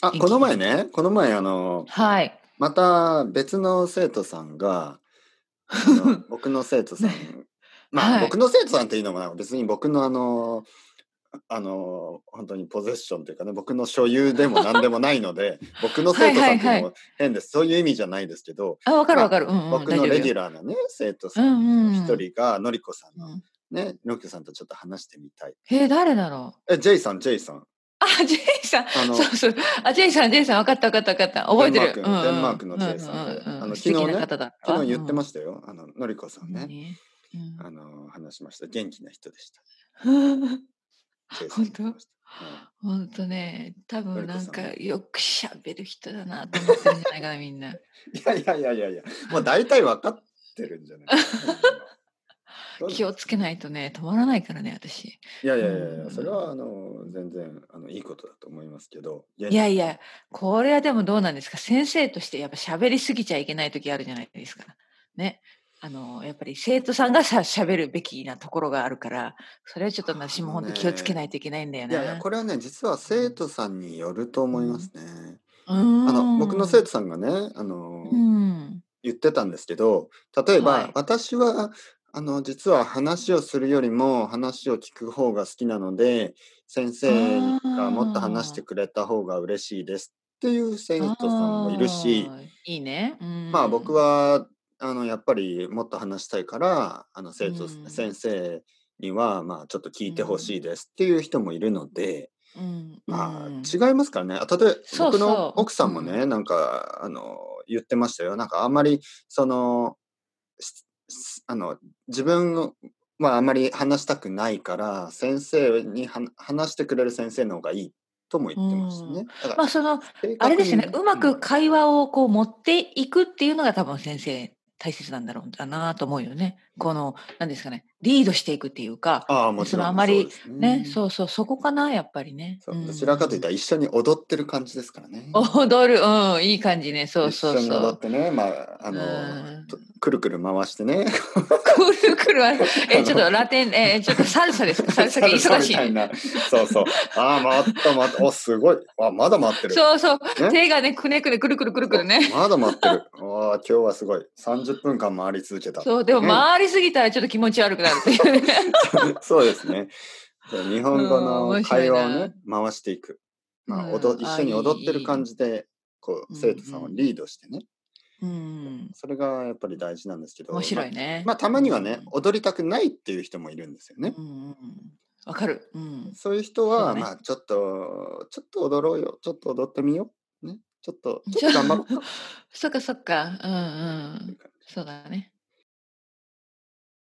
あ、この前ね、この前、あの、はい。また別の生徒さんが、あ の僕の生徒さん、まあ、はい僕の生徒さんっていうのもなんか別に僕のあの、あの、本当にポゼッションというかね、僕の所有でも何でもないの で、僕の生徒さんっていうのも変です。そういう意味じゃないですけど、あ、わかるわかる。うん、うん、僕のレギュララーなね、生徒うさんん、うん。の一人が、のりこさんうの、ん。ね、のりこさんとちょっと話してみたい。えー、誰だろうえ、ジェイさん、ジェイさん。あ、ジェイさん。あのそう、そう。あ、ジェイさん、ジェイさん、わかったわかったわかった。覚えてる。デンうんマーうんクデンマークのジェイさんでうんうんうんあの素敵昨日ねな方だから昨日言ってまししたよ。あの、のりこさんね。うんあの話しました。元気な人でした。 うんジェイさんと話したほんとね、多分なんのかりよくしゃべる人だなと思ってるんじゃないかな、みんな。はいいやいやいやいやいや、もう大体分かってるんじゃないかなどう 気をつけないとね、止まらないからね、私。いやいやいやいや、それはあの全然あのいいことだと思いますけど。いやいやいや、これはでもどうなんですか先生としてやっぱ喋りすぎちゃいけない時あるじゃないですか。ね。あの、やっぱり生徒さんがさ喋るべきなところがあるから、それはちょっと私も本当気をつけないといけないんだよいね。やいやこれはね実は生徒さんによると思いますね。ああの僕の生徒、徒さんがねあの、うん、言ってたんですけど例えば、はい私はあの実は話をするよりも話を聞く方が好きなので先生がもっと話してくれた方が嬉しいですっていう生徒さんもいるしあー。いいね。うんまあ僕、はあのやっぱりもっと話したいからあの生徒、うん先生にはまあちょっと聞いてほしいですっていう人もいるので、うん、まあうん違いますからね。あ例えばそう僕そのう奥さんもね、うなんかあの言ってましたよ。なんかあんまりそのししあの自分のまああんまり話したくないから先生には話してくれる先生の方がいいとも言ってましたね。だからまあその、正確にあれですね、うまんく会話をこう持っていくっていうのが多分先生大切なんだろうだなと思うよね。この、なんですかね、リードしていくっていうか、ああもちそろんのあまそりうですね、そうそう、そこかな、やっぱりね。そうどちらかというと。と一緒に踊ってる感じですからね。踊る、うん、いい感じね、そうそう一緒にそ踊っう。てね、まああうのんとくるくる回してね。くるくる、 え、ちょっとラテン、え、ちょっとサルサ ですか、サルサ系忙しみたいい。な。そうそう。ああ、回った、回った。お、すごい。あまだ回ってる。そうそう、ね手がね、くねくね、くるくるくるくるね。まだ回ってる。ああ、今日はすごい。30分間回り続けた。 そう、でもね回りすぎたらちょっと気持ち悪くなるっていうね。 そうですね。そう日本語うんの面白会いな話をね、回していく。まあ、うん踊一緒にあ踊っているい感じで、こう、うん生徒さんをリードしてね。うん、それがやっぱり大事なんですけど。面白いね。まあ。まあ、たまにはね、踊りたくないっていう人もいるんですよね。うんうんうん、わかる。うん。そういう人は、そうねまあ、ちょっと、ちょっと踊ろうよ。ちょっと踊ってみよう。ね。ちょっと、ちちょょっと頑張ろう。そっかそっか。うんう。っていうん感じそうだね。